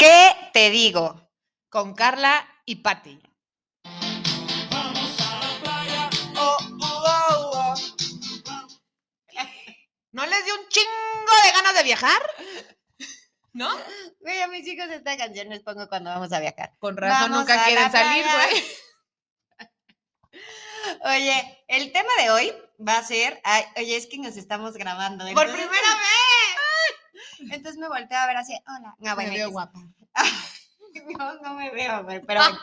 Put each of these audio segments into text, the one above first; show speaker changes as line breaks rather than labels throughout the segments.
¿Qué te digo? Con Carla y Patti.
Oh,
¿No les dio un chingo de ganas de viajar? ¿No?
Güey, a mis hijos esta canción les pongo cuando vamos a viajar.
Con razón
Vamos a
nunca
la
quieren salir,
playa.
güey.
Oye, el tema de hoy va a ser. ay, oye, es que nos estamos grabando.
Por
entonces-
primera vez.
Entonces me volteo a ver así. Hola. No, ah, bueno,
Me veo
X.
guapa.
No, no me veo, güey, pero bueno.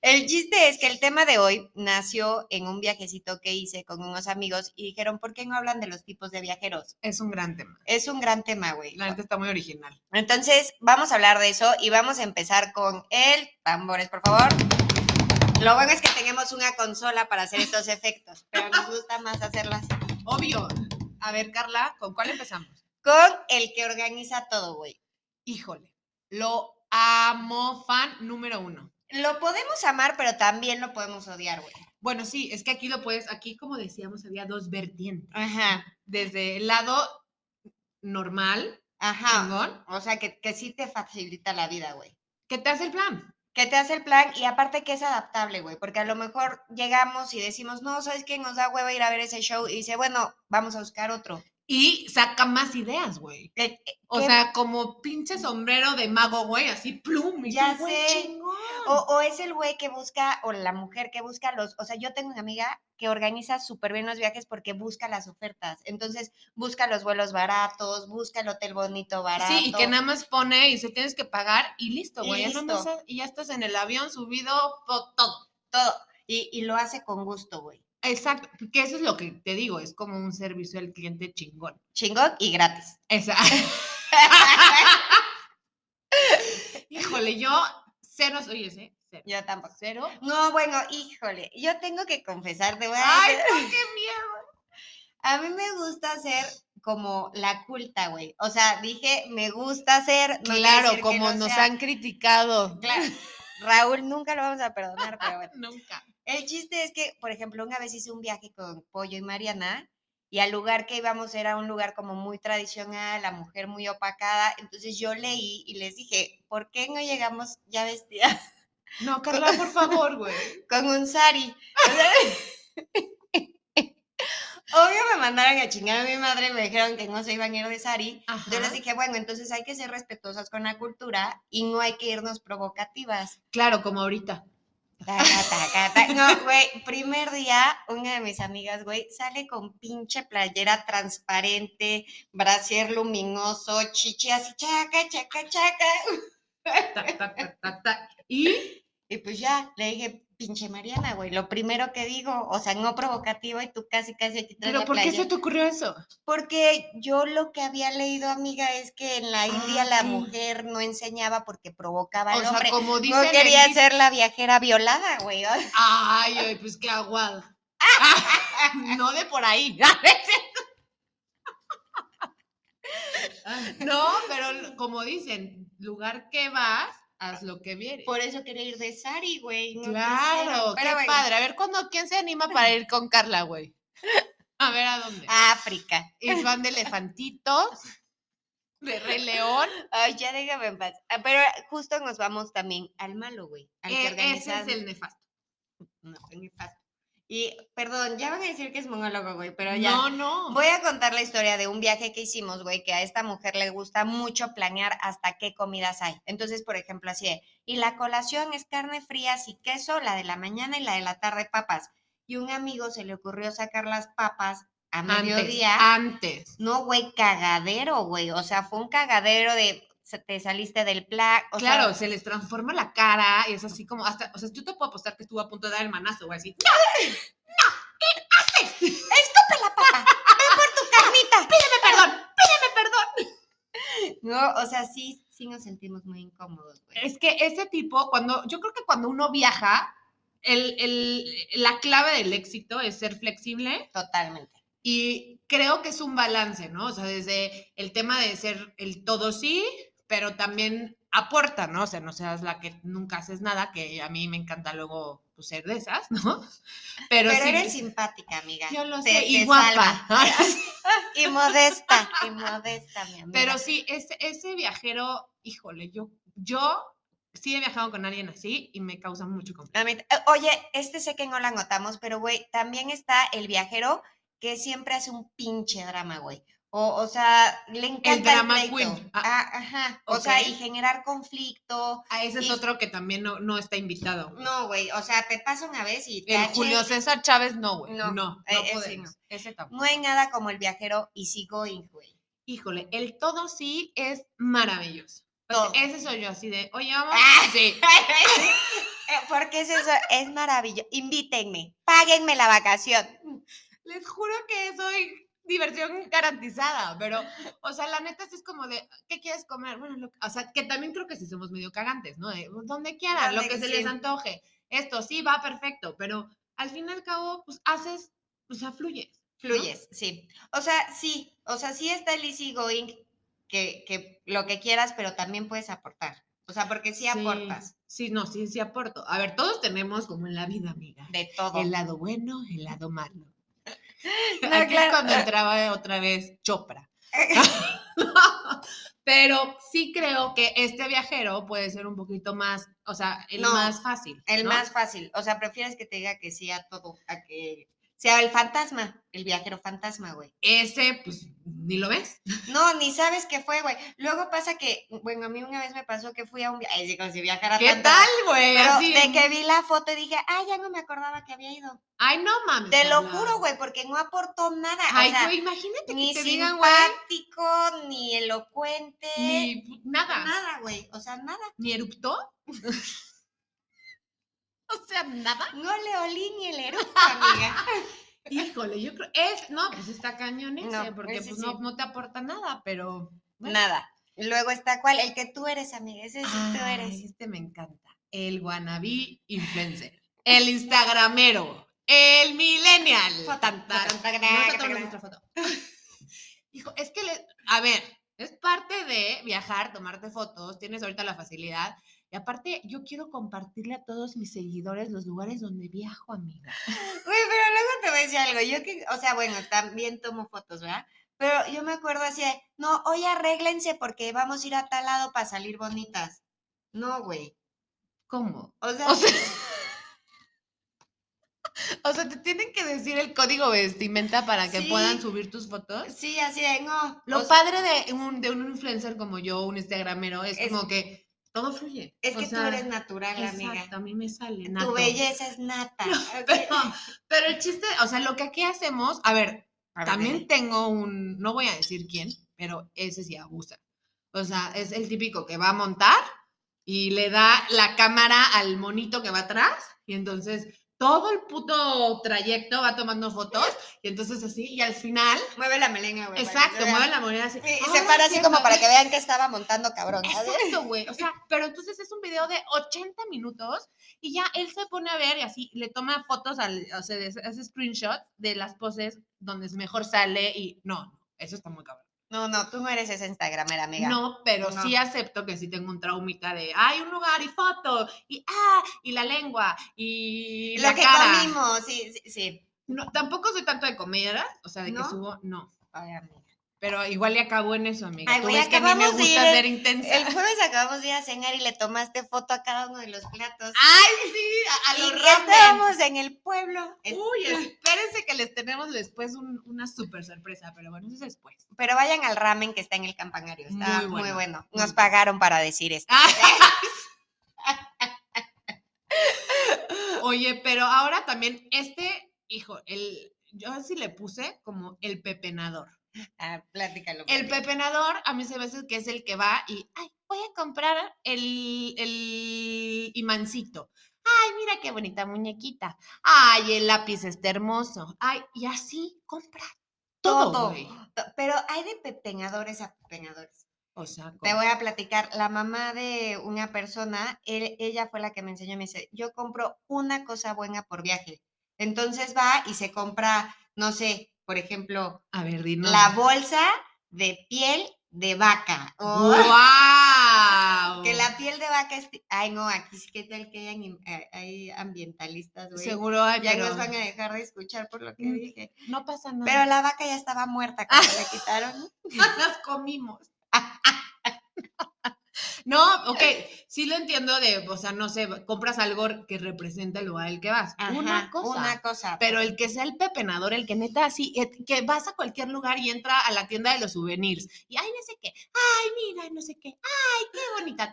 El chiste es que el tema de hoy nació en un viajecito que hice con unos amigos y dijeron, ¿por qué no hablan de los tipos de viajeros?
Es un gran tema.
Es un gran tema, güey.
La gente está muy original.
Entonces, vamos a hablar de eso y vamos a empezar con el tambores, por favor. Lo bueno es que tenemos una consola para hacer estos efectos, pero nos gusta más hacerlas
Obvio. A ver, Carla, ¿con cuál empezamos?
con el que organiza todo, güey.
Híjole. Lo amo fan número uno.
Lo podemos amar, pero también lo podemos odiar, güey.
Bueno, sí, es que aquí lo puedes, aquí como decíamos, había dos vertientes.
Ajá,
Desde el lado normal,
ajá.
chingón,
O sea, que, que sí te facilita la vida, güey.
que te hace el plan.
que te hace el plan y aparte que es adaptable, güey, porque a lo mejor llegamos y decimos, no, ¿sabes qué? Nos da hueva ir a ver ese show y dice, bueno, vamos a buscar otro.
Y saca más ideas, güey.
Eh, eh,
O
¿Qué?
sea, como pinche sombrero de mago, güey, así plum. Y
Ya
tú, güey,
sé.
chingón.
O, o es el güey que busca, o la mujer que busca los, o sea, yo tengo una amiga que organiza súper bien los viajes porque busca las ofertas, entonces busca los vuelos baratos, busca el hotel bonito barato.
Sí, y que nada más pone y se tienes que pagar y listo,
Y
güey. ya nada más
listo.
es- Y ya estás en el avión subido, fo- todo.
Todo. Y, y lo hace con gusto, güey.
Exacto, que eso es lo que te digo, es como un servicio al cliente chingón.
Chingón y gratis.
Esa. Híjole, yo cero soy ese. Cero.
yo tampoco.
Cero.
No, bueno, híjole, yo tengo que confesarte, güey.
Ay, no, qué miedo.
A mí me gusta ser como la culta, güey. O sea, dije, me gusta ser. no quiere decir que no sea.
criticado.
Claro. Raúl, nunca lo vamos a perdonar, pero bueno.
Nunca.
El chiste es que, por ejemplo, una vez hice un viaje con Pollo y Mariana y al lugar que íbamos era un lugar como muy tradicional, la mujer muy opacada. Entonces yo leí y les dije, ¿por qué no llegamos ya vestidas
No, Carla, por favor, güey.
con un sari? O sea, Obvio me mandaron a chingar a mi madre, me dijeron que no se iban a ir de sari. Yo les
Ajá.
dije, bueno, entonces hay que ser respetuosas con la cultura y no hay que irnos provocativas.
Claro, como ahorita.
Taca, taca, taca. No, güey, primer día, una de mis amigas, güey, sale con pinche playera transparente, brasier luminoso, chichi así, chaca, chaca, chaca.
Tac, tac, tac, tac, tac. Y
Y pues ya, le dije, pinche Mariana, güey, lo primero que digo, o sea, no provocativo y tú casi, casi aquí traes
pero
la
¿por qué se
playera.
te ocurrió eso?
Porque yo lo que había leído, amiga, es que en la India la
Ah, ok.
mujer no enseñaba porque provocaba al
o sea,
hombre.
como dice
No quería
Nelly-
ser la viajera violada, güey. Ay,
Ay, ay, pues qué aguada. no de por ahí. no, pero lo- como dicen, lugar que vas, haz lo que vieres.
Por eso quería ir de Sari, güey. no de
claro,
cero.
qué
Pero bueno,
padre. A ver, ¿cuándo, ¿quién se anima para ir con Carla, güey? A ver a dónde.
África.
Y van de elefantitos, de Rey León.
Ay, ya déjame en paz. Ah, Pero justo nos vamos también al malo, güey. Al que
E- ese
organiza.
es el nefasto.
No, en el paso. Y perdón, ya van a decir que es monólogo, güey, pero ya.
No, no.
Voy a contar la historia de un viaje que hicimos, güey, que a esta mujer le gusta mucho planear hasta qué comidas hay. Entonces, por ejemplo, así de, y la colación es carne fría y queso, la de la mañana y la de la tarde papas. Y un amigo se le ocurrió sacar las papas a
Antes, Ah.
mediodía.
antes.
No, güey, cagadero, güey. O sea, fue un cagadero de se- te saliste del plan. O
claro,
sea,
se les transforma la cara y es así como hasta, o sea, yo te puedo apostar que estuvo a punto de dar el manazo, güey, así.
escupe la papa. Ve por tu carnita.
¡Pídeme perdón! ¡Pídeme perdón!
No, o sea, sí, sí nos sentimos muy incómodos, güey.
Es que ese tipo, cuando, yo creo que cuando uno viaja, el, el- la clave del éxito es ser flexible
Totalmente.
y creo que es un balance, ¿no? O sea, desde el tema de ser el todo sí, pero también aporta, ¿no? O sea, no seas la que nunca haces nada, que a mí me encanta luego pues, ser de esas, ¿no?
Pero, pero sí, eres simpática, amiga.
Yo lo
Te-
sé, y
te
guapa.
Y modesta, y modesta, mi amiga.
Pero sí, ese, ese viajero, híjole, yo, yo sí he viajado con alguien así y me causa mucho conflicto.
A mí- eh, oye, este sé que no lo anotamos, pero güey, también está el viajero que siempre hace un pinche drama, güey. O, o sea, le encanta el
drama
pleito.
queen. Ah,
Ah, ajá. O sea, y
ok.
generar conflicto.
Ah, ese es
Y-
otro que también no, no está invitado.
No, güey. O sea, te pasa una vez y te
El
hache-
Julio César Chávez, no, güey.
No,
No, no,
eh, ese
podemos. Ese
No
tampoco.
hay nada como el viajero easy going, güey.
Híjole, el todo sí es maravilloso. O sea,
Todo.
ese soy yo, así de, oye, vamos.
Ah.
Sí.
Eh, Porque es eso, es maravilloso. Invítenme, páguenme la vacación.
Les juro que soy diversión garantizada, pero, o sea, la neta sí es como de, ¿qué quieres comer? Bueno, lo- o sea, que también creo que sí somos medio cagantes, ¿no? De, "Pues, donde quieran, lo
Donde-
que se
sí.
les antoje. Esto sí va perfecto, pero al fin y al cabo, pues haces, o sea, fluyes. ¿no?
Fluyes, sí. O sea, sí, o sea, sí está el easy going, que, que lo que quieras, pero también puedes aportar. O sea, porque sí aportas
Sí, no, sí, sí aporto. A ver, todos tenemos como en la vida, amiga.
de todo.
El lado bueno, el lado malo.
No,
Aquí es
claro. Eh.
cuando entraba otra vez Chopra. Pero sí creo que este viajero puede ser un poquito más, o sea, el
No,
más fácil.
El
¿no?
más fácil. O sea, prefieres que te diga que sí a todo, a que sea el fantasma, el viajero fantasma, güey.
Ese, pues, ni lo ves.
No, ni sabes qué fue, güey. Luego pasa que, bueno, a mí una vez me pasó que fui a un viaje, como si viajara
¿Qué
tanto,
tal, güey?
Pero
Así
de que vi la foto y dije, ah, ya no me acordaba que había ido.
Ay, no mames.
Te lo
Paula.
juro, güey, porque no aportó nada. o
Pues Ay,
sea,
güey, imagínate
ni
que te digan, güey,
simpático, ni elocuente,
ni pues, nada,
nada, güey. O sea, nada.
ni eruptó. o sea, nada.
No le olí ni el eructo, amiga.
Híjole, yo creo. Es, no, pues está cañón ese,
No,
porque
ese
pues
sí.
no, no te aporta nada, pero. bueno.
nada. Luego está cuál, el que tú eres, amiga. Ese sí tú
Ay,
eres.
Este me encanta. El wannabe influencer. El instagramero. El millennial.
Foto,
Tan, tan.
foto, foto,
Vamos a
foto,
tomar nuestra foto. Hijo, es que, le- a ver, es parte de viajar, tomarte fotos, tienes ahorita la facilidad. Y aparte, yo quiero compartirle a todos mis seguidores los lugares donde viajo, amiga.
Güey, pero luego te voy a decir algo. Yo que, o sea, bueno, también tomo fotos, ¿verdad? Pero yo me acuerdo así de, no, hoy arréglense porque vamos a ir a tal lado para salir bonitas. No, güey.
¿Cómo?
O sea,
O sea, o sea, te tienen que decir el código vestimenta para que
Sí.
puedan subir tus fotos.
sí, así de, no.
Lo
o sea,
padre de un, de un influencer como yo, un instagramero, es,
Es-
como que todo fluye.
es
O
que tú
sea,
eres natural, amiga.
Exacto, a mí me sale
Tu
nato.
belleza es nata.
Pero, pero el chiste, o sea, lo que aquí hacemos, a ver, también
También.
tengo un, no voy a decir quién, pero ese sí abusa. O sea, es el típico que va a montar y le da la cámara al monito que va atrás y entonces todo el puto trayecto va tomando fotos y entonces así y al final,
Mueve la melena, güey. para que
exacto,
se vea.
mueve la moneda así.
Y
"Ahora
se para
sí
así como
acabé".
para que vean que estaba montando cabrón. ¿sabes?
Exacto, güey. O sea, pero entonces es un video de 80 minutos y ya él se pone a ver y así le toma fotos, al, o sea, des- hace screenshots de las poses donde es mejor sale y no, eso está muy cabrón.
No, no, tú no eres esa Instagramera, amiga.
No, pero
No.
sí acepto que sí tengo un traumita de, hay un lugar y foto y ah, y la lengua y
Lo
la
que
cara.
comimos, sí, sí, sí.
No, tampoco soy tanto de comedia, o sea, de
¿No?
que subo, no.
Ay, amiga.
Pero igual le acabo en eso, amiga.
Ay,
Tú
güey,
ves que a mí me
acabamos de
gusta
ir-
ser intensa.
El jueves acabamos de ir a cenar y le tomaste foto a cada uno de los platos.
Ay, sí, a, a
y
Ah, los
que
ramen.
estábamos en el pueblo. Uh. Es-
Uy, espérense que les tenemos después un- una súper sorpresa, pero bueno, eso es después.
Pero vayan al ramen que está en el campanario. Está muy
Muy
bueno.
bueno, muy
Nos
bueno.
pagaron para decir esto.
Oye, pero ahora también este, hijo, el, yo así le puse como el pepenador.
Ah, platícalo.
El
platícalo.
pepenador a mí se me hace que es el que va y, ay, voy a comprar el, el imancito. Ay, mira qué bonita muñequita. Ay, el lápiz está hermoso. Ay, y así compra todo.
Todo.
güey.
Pero hay de pepenadores a pepenadores.
O sea,
Te voy a platicar, la mamá de una persona, él- ella fue la que me enseñó, me dice, yo compro una cosa buena por viaje. Entonces va y se compra, no sé, por ejemplo,
a ver, dinos.
la bolsa de piel de vaca. o-
¡Guau!
vaca. esti- Ay, no, aquí sí que tal que hay, anim- eh, hay ambientalistas, güey.
Seguro hay,
Ya
pero
nos van a dejar de escuchar por lo que
Mm. Ah,
dije.
no pasa nada.
Pero la vaca ya estaba muerta cuando la quitaron.
las comimos. No, ok, sí lo entiendo de, o sea, no sé, compras algo que representa el lugar al que vas. una
Ajá,
cosa.
Una cosa.
Pero el que sea el pepenador, el que neta así, et- que vas a cualquier lugar y entra a la tienda de los souvenirs. Y ay, no sé qué. Ay, mira, no sé qué. Ay, qué bonita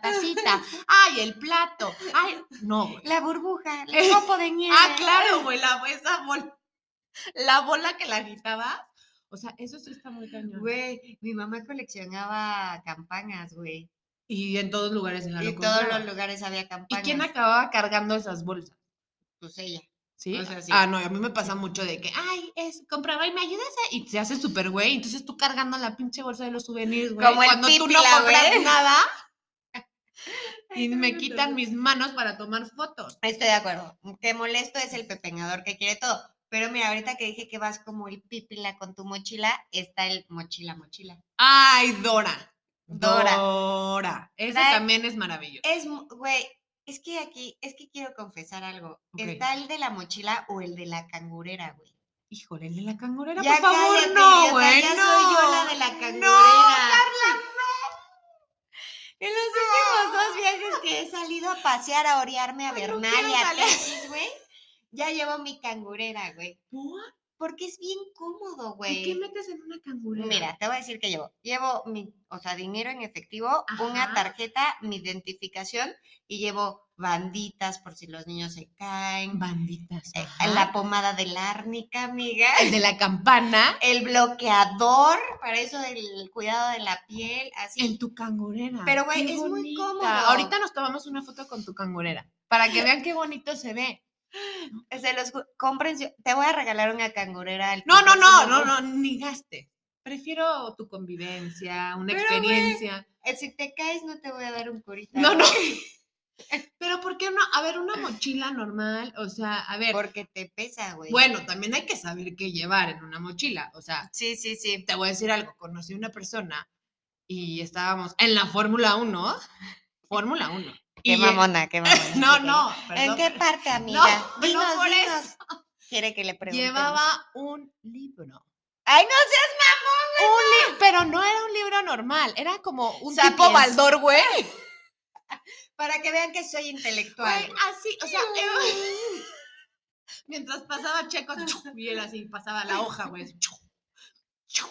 tacita. Ay, el plato. Ay, no, güey.
La burbuja, el copo de nieve.
Ah, claro, güey, la, esa bola. La bola que la agitaba. O sea, eso sí está muy cañón.
Güey, mi mamá coleccionaba campanas, güey.
Y en todos lugares en la
y todos los lugares había
¿Y
campanas.
quién acababa cargando esas bolsas?
Pues ella.
¿Sí?
O sea, sí.
Ah, no, a mí me pasa mucho de que, ay, es, compraba y me ayudas a-", y se hace súper güey. Entonces tú cargando la pinche bolsa de los souvenirs, güey.
Como el
cuando tú no
pípila,
compras
güey.
nada
Ay,
y
no,
me
no,
quitan
no.
mis manos para tomar fotos.
Estoy de acuerdo. Que molesto es el pepenador que quiere todo. Pero mira, ahorita que dije que vas como el pípila con tu mochila, está el mochila, mochila.
Ay, Dora.
Dora.
Dora. Ese
Trae-
también es maravilloso.
Es, mu- güey, es que aquí, es que quiero confesar algo.
Ok.
¿Está el de la mochila o el de la cangurera, güey?
Híjole, el de la cangurera,
Ya
por favor,
cállate,
no,
idiota,
güey.
ya
no.
soy yo la de la
No,
cangurera. En los
No.
últimos dos viajes que he salido a pasear, a orearme, a
Ay, no
Bernal y
quiero
a
salir.
Tesis, güey, ya llevo mi cangurera, güey.
¿Por?
Porque es bien cómodo,
¿Y
güey.
qué metes en una cangurera?
Mira, te voy a decir que llevo. Llevo mi, o sea, dinero en efectivo,
Ajá.
una tarjeta, mi identificación y llevo banditas por si los niños se caen.
banditas.
eh,
ajá.
la pomada del árnica, amiga.
El de la campana
El bloqueador para eso del cuidado de la piel, así.
en tu cangurera.
Pero, güey,
Qué
es muy
bonita.
cómodo.
Ahorita nos tomamos una foto con tu cangurera para que vean qué bonito se ve.
Se los ju- cómprense- Te voy a regalar una cangurera. al
No, no, no,
próximo
no,
bus-
no, ni gaste. Prefiero tu convivencia, una
Pero, güey.
experiencia.
Eh, Si te caes, no te voy a dar un curita.
No, no.
güey,
Pero ¿por qué no? A ver, una mochila normal, o sea, a ver.
Porque te pesa, güey.
Bueno, también hay que saber qué llevar en una mochila. O sea,
Sí, sí, sí.
te voy a decir algo. Conocí una persona y estábamos en la Fórmula 1. Fórmula 1.
Qué mamona, qué mamona.
eh, No,
ok.
no.
¿En
perdón,
qué parte, amiga?
no por eso.
Quiere que le pregunte.
Llevaba un libro.
Ay, no seas
Un li- pero no era un libro normal, era como un tipo
Sapiens.
Baldor, güey.
Para que vean que soy intelectual.
Güey, así, o sea, era- mientras pasaba Checo, chu, y él así pasaba la hoja, güey. chu, chu.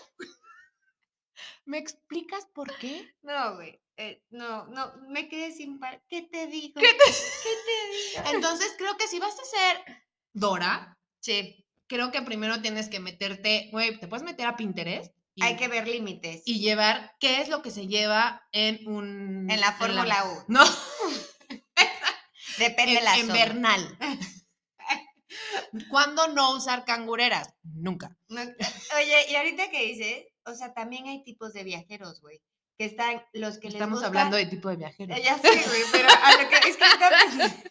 ¿Me explicas por qué?
No, güey. eh, no, no, me quedé sin par. ¿Qué te digo?
¿Qué
¿Qué te digo?
Entonces creo que si vas a ser Dora,
Sí,
creo que primero tienes que meterte, güey, te puedes meter a Pinterest y,
hay que ver límites.
y llevar qué es lo que se lleva en un...
en la Fórmula U.
No,
Depende de
en,
la
en
zona.
Bernal. ¿Cuándo no usar cangureras? Nunca.
No, eh, oye, y ahorita que dices, o sea, también hay tipos de viajeros, güey, que están los que les
Estamos
gusta- eh,
hablando de tipo de viajeros.
Ya sé, güey, pero a lo que es que ahorita pensé,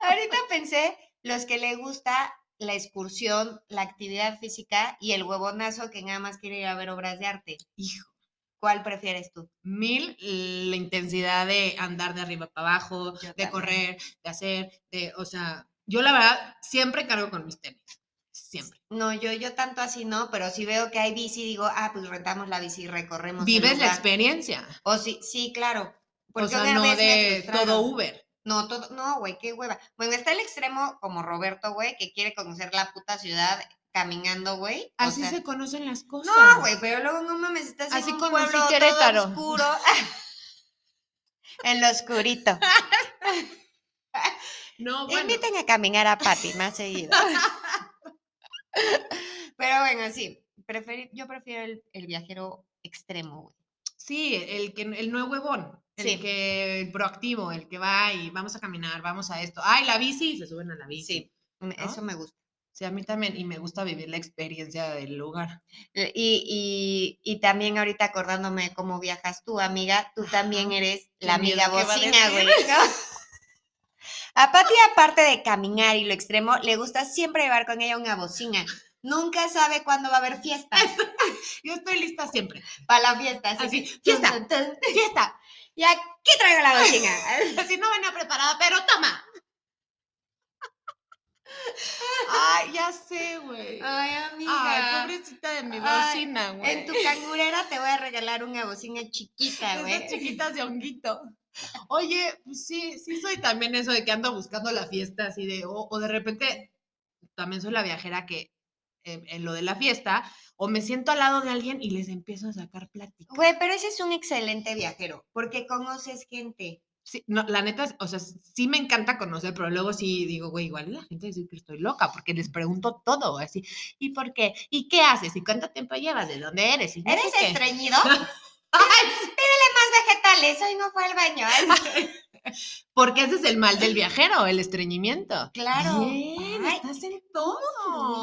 ahorita pensé los que le gusta la excursión, la actividad física y el huevonazo que nada más quiere ir a ver obras de arte.
Hijo,
¿Cuál prefieres tú?
mil la intensidad de andar de arriba para abajo,
Yo
de
también.
correr, de hacer, de, o sea, yo la verdad siempre cargo con mis tenis. Siempre.
No, yo, yo tanto así no, pero si veo que hay bici, digo, ah, pues rentamos la bici y recorremos. el
Vives la
lugar".
experiencia.
O sí, sí, claro. Porque
o sea,
una
no
vez me
de todo
frustraron.
Uber.
No, todo, no, güey, qué hueva. Bueno, está el extremo como Roberto, güey, que quiere conocer la puta ciudad caminando, güey. o
Así
sea,
se conocen las cosas.
No, güey, pero luego no mames, estás
Así
en un
conocí
pueblo todo
Querétaro.
oscuro. en lo oscurito.
No, bueno.
Inviten a caminar a Pati más seguido. pero bueno, sí, preferi- yo prefiero el, el viajero extremo, güey.
Sí, el que el no huevón, el
Sí.
que el proactivo, el que va y vamos a caminar, vamos a esto. Ay, la bici, y se suben a la bici. Sí.
Sí. Me-
¿No?
Eso me gusta.
a mí también y me gusta vivir la experiencia del lugar.
Eh, Y, y, y también ahorita acordándome de cómo viajas tú, amiga, tú también
Ajá.
eres
Qué
la
miedo,
amiga
¿qué va a
bocina, güey.
decir?
¿no? A Pati, aparte de caminar y lo extremo, le gusta siempre llevar con ella una bocina. Nunca sabe cuándo va a haber fiesta.
Yo estoy lista siempre.
Para la fiesta, así.
Así,
que,
fiesta,
tun, tun, tun.
Fiesta.
Y aquí traigo la cochina.
Así no venía preparada, pero toma. Ay, ya sé, güey.
Ay, amiga.
Ay, pobrecita de mi
Ay,
bocina, güey.
en tu cangurera te voy a regalar una bocina chiquita,
De
güey.
esas chiquitas de honguito. Oye, pues sí, sí soy también eso de que ando buscando la fiesta así de, o, o de repente también soy la viajera que eh, en lo de la fiesta, o me siento al lado de alguien y les empiezo a sacar plática.
Güey, pero ese es un excelente viajero, porque conoces gente.
Sí, no, la neta, es- o sea, sí me encanta conocer, pero luego sí digo, güey, igual la gente dice que estoy loca, porque les pregunto todo, así, ¿y por qué? ¿Y qué haces? ¿Y cuánto tiempo llevas? ¿De dónde eres? ¿Y no sé
¿Eres
qué".
estreñido? Pídele más vegetales, hoy no fue al baño. ¿eh?
Porque ese es el mal del viajero, el estreñimiento.
Claro.
Bien,
Ay,
estás en todo.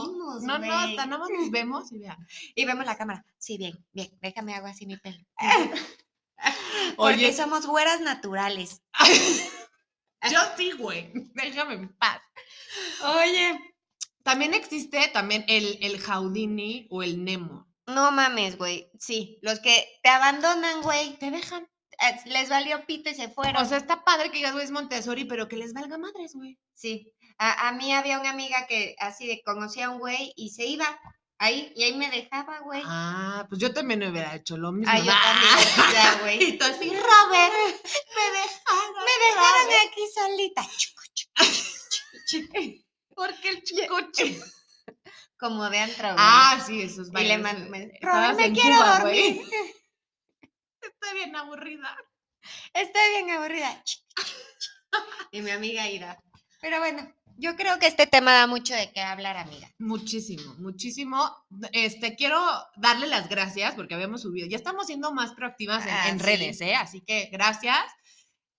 fluimos,
no, no, hasta
güey.
nada más nos vemos y vea.
Y vemos la cámara. Sí, bien, bien, déjame hago así mi pelo. Porque
Oye,
somos güeras naturales.
yo sí, güey. Déjame en paz.
Oye.
También existe también el, el Houdini o el Nemo.
No mames, güey. Sí, los que te abandonan, güey.
Te dejan.
eh, Les valió pito y se fueron.
O sea, está padre que digas, güey, es Montessori, pero que les valga madres, güey.
Sí. A, a mí había una amiga que así de conocía a un güey y se iba ahí y ahí me dejaba, güey.
Ah, pues yo también hubiera hecho lo mismo.
Ah, yo también. Ya, güey.
Y tú así, Robert, me dejaron.
Me dejaron aquí solita. Chucu, chucu,
Porque el chico chico.
Como de antro, güey.
eh, Ah, sí, esos
y le
bailes,
mandó.
eh,
Robert,
estabas
me
en
quiero
Cuba, güey".
dormir.
Estoy bien aburrida.
Estoy bien aburrida. y mi amiga Ida. Pero bueno, yo creo que este tema da mucho de qué hablar, amiga.
Muchísimo, muchísimo. Este, quiero darle las gracias porque habíamos subido. Ya estamos siendo más proactivas en,
Ah,
en
sí.
redes, ¿eh? Así que gracias.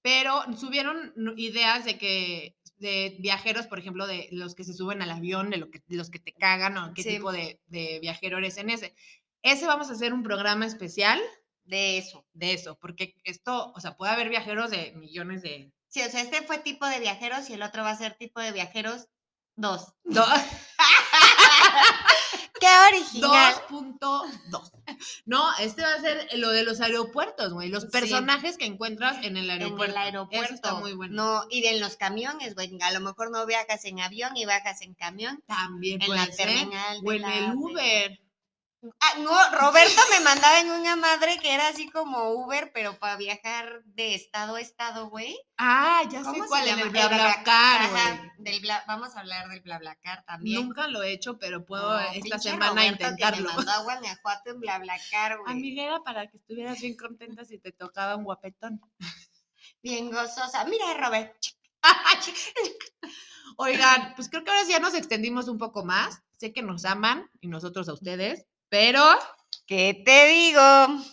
Pero subieron n- ideas de que de viajeros, por ejemplo, de los que se suben al avión, de lo que, los que te cagan o qué
Sí.
tipo de, de viajero eres en ese. Ese vamos a hacer un programa especial
De eso.
de eso, porque esto, o sea, puede haber viajeros de millones de...
Sí, o sea, este fue tipo de viajeros y el otro va a ser tipo de viajeros dos.
Do-
¡Qué original!
2.2. No, este va a ser lo de los aeropuertos, güey. Los
Sí.
personajes que encuentras en el
En
aeropuerto.
el aeropuerto.
Eso está muy bueno.
No, y de en los camiones, güey. A lo mejor no viajas en avión y bajas en camión.
También
En
puede
la
ser.
terminal. de
O en
la-
el
de-
Uber.
Ah, no, Roberto me mandaba en una madre que era así como Uber, pero para viajar de estado a estado, güey.
Ah, ya sé
¿Cómo se
cuál es
llama?
el
El
BlaBlaCar,
Ajá,
güey.
del Bla- vamos a hablar del BlaBlaCar también.
Nunca lo he hecho, pero puedo
No,
esta
pinche
semana
Roberto que
intentarlo.
me mandó a Guanajuato en BlaBlaCar, güey.
Amiga, era para que estuvieras bien contenta si te tocaba un guapetón.
Bien gozosa. Mira, Robert.
Oigan, pues creo que ahora sí ya nos extendimos un poco más. Sé que nos aman y nosotros a ustedes, pero
¿Qué te digo?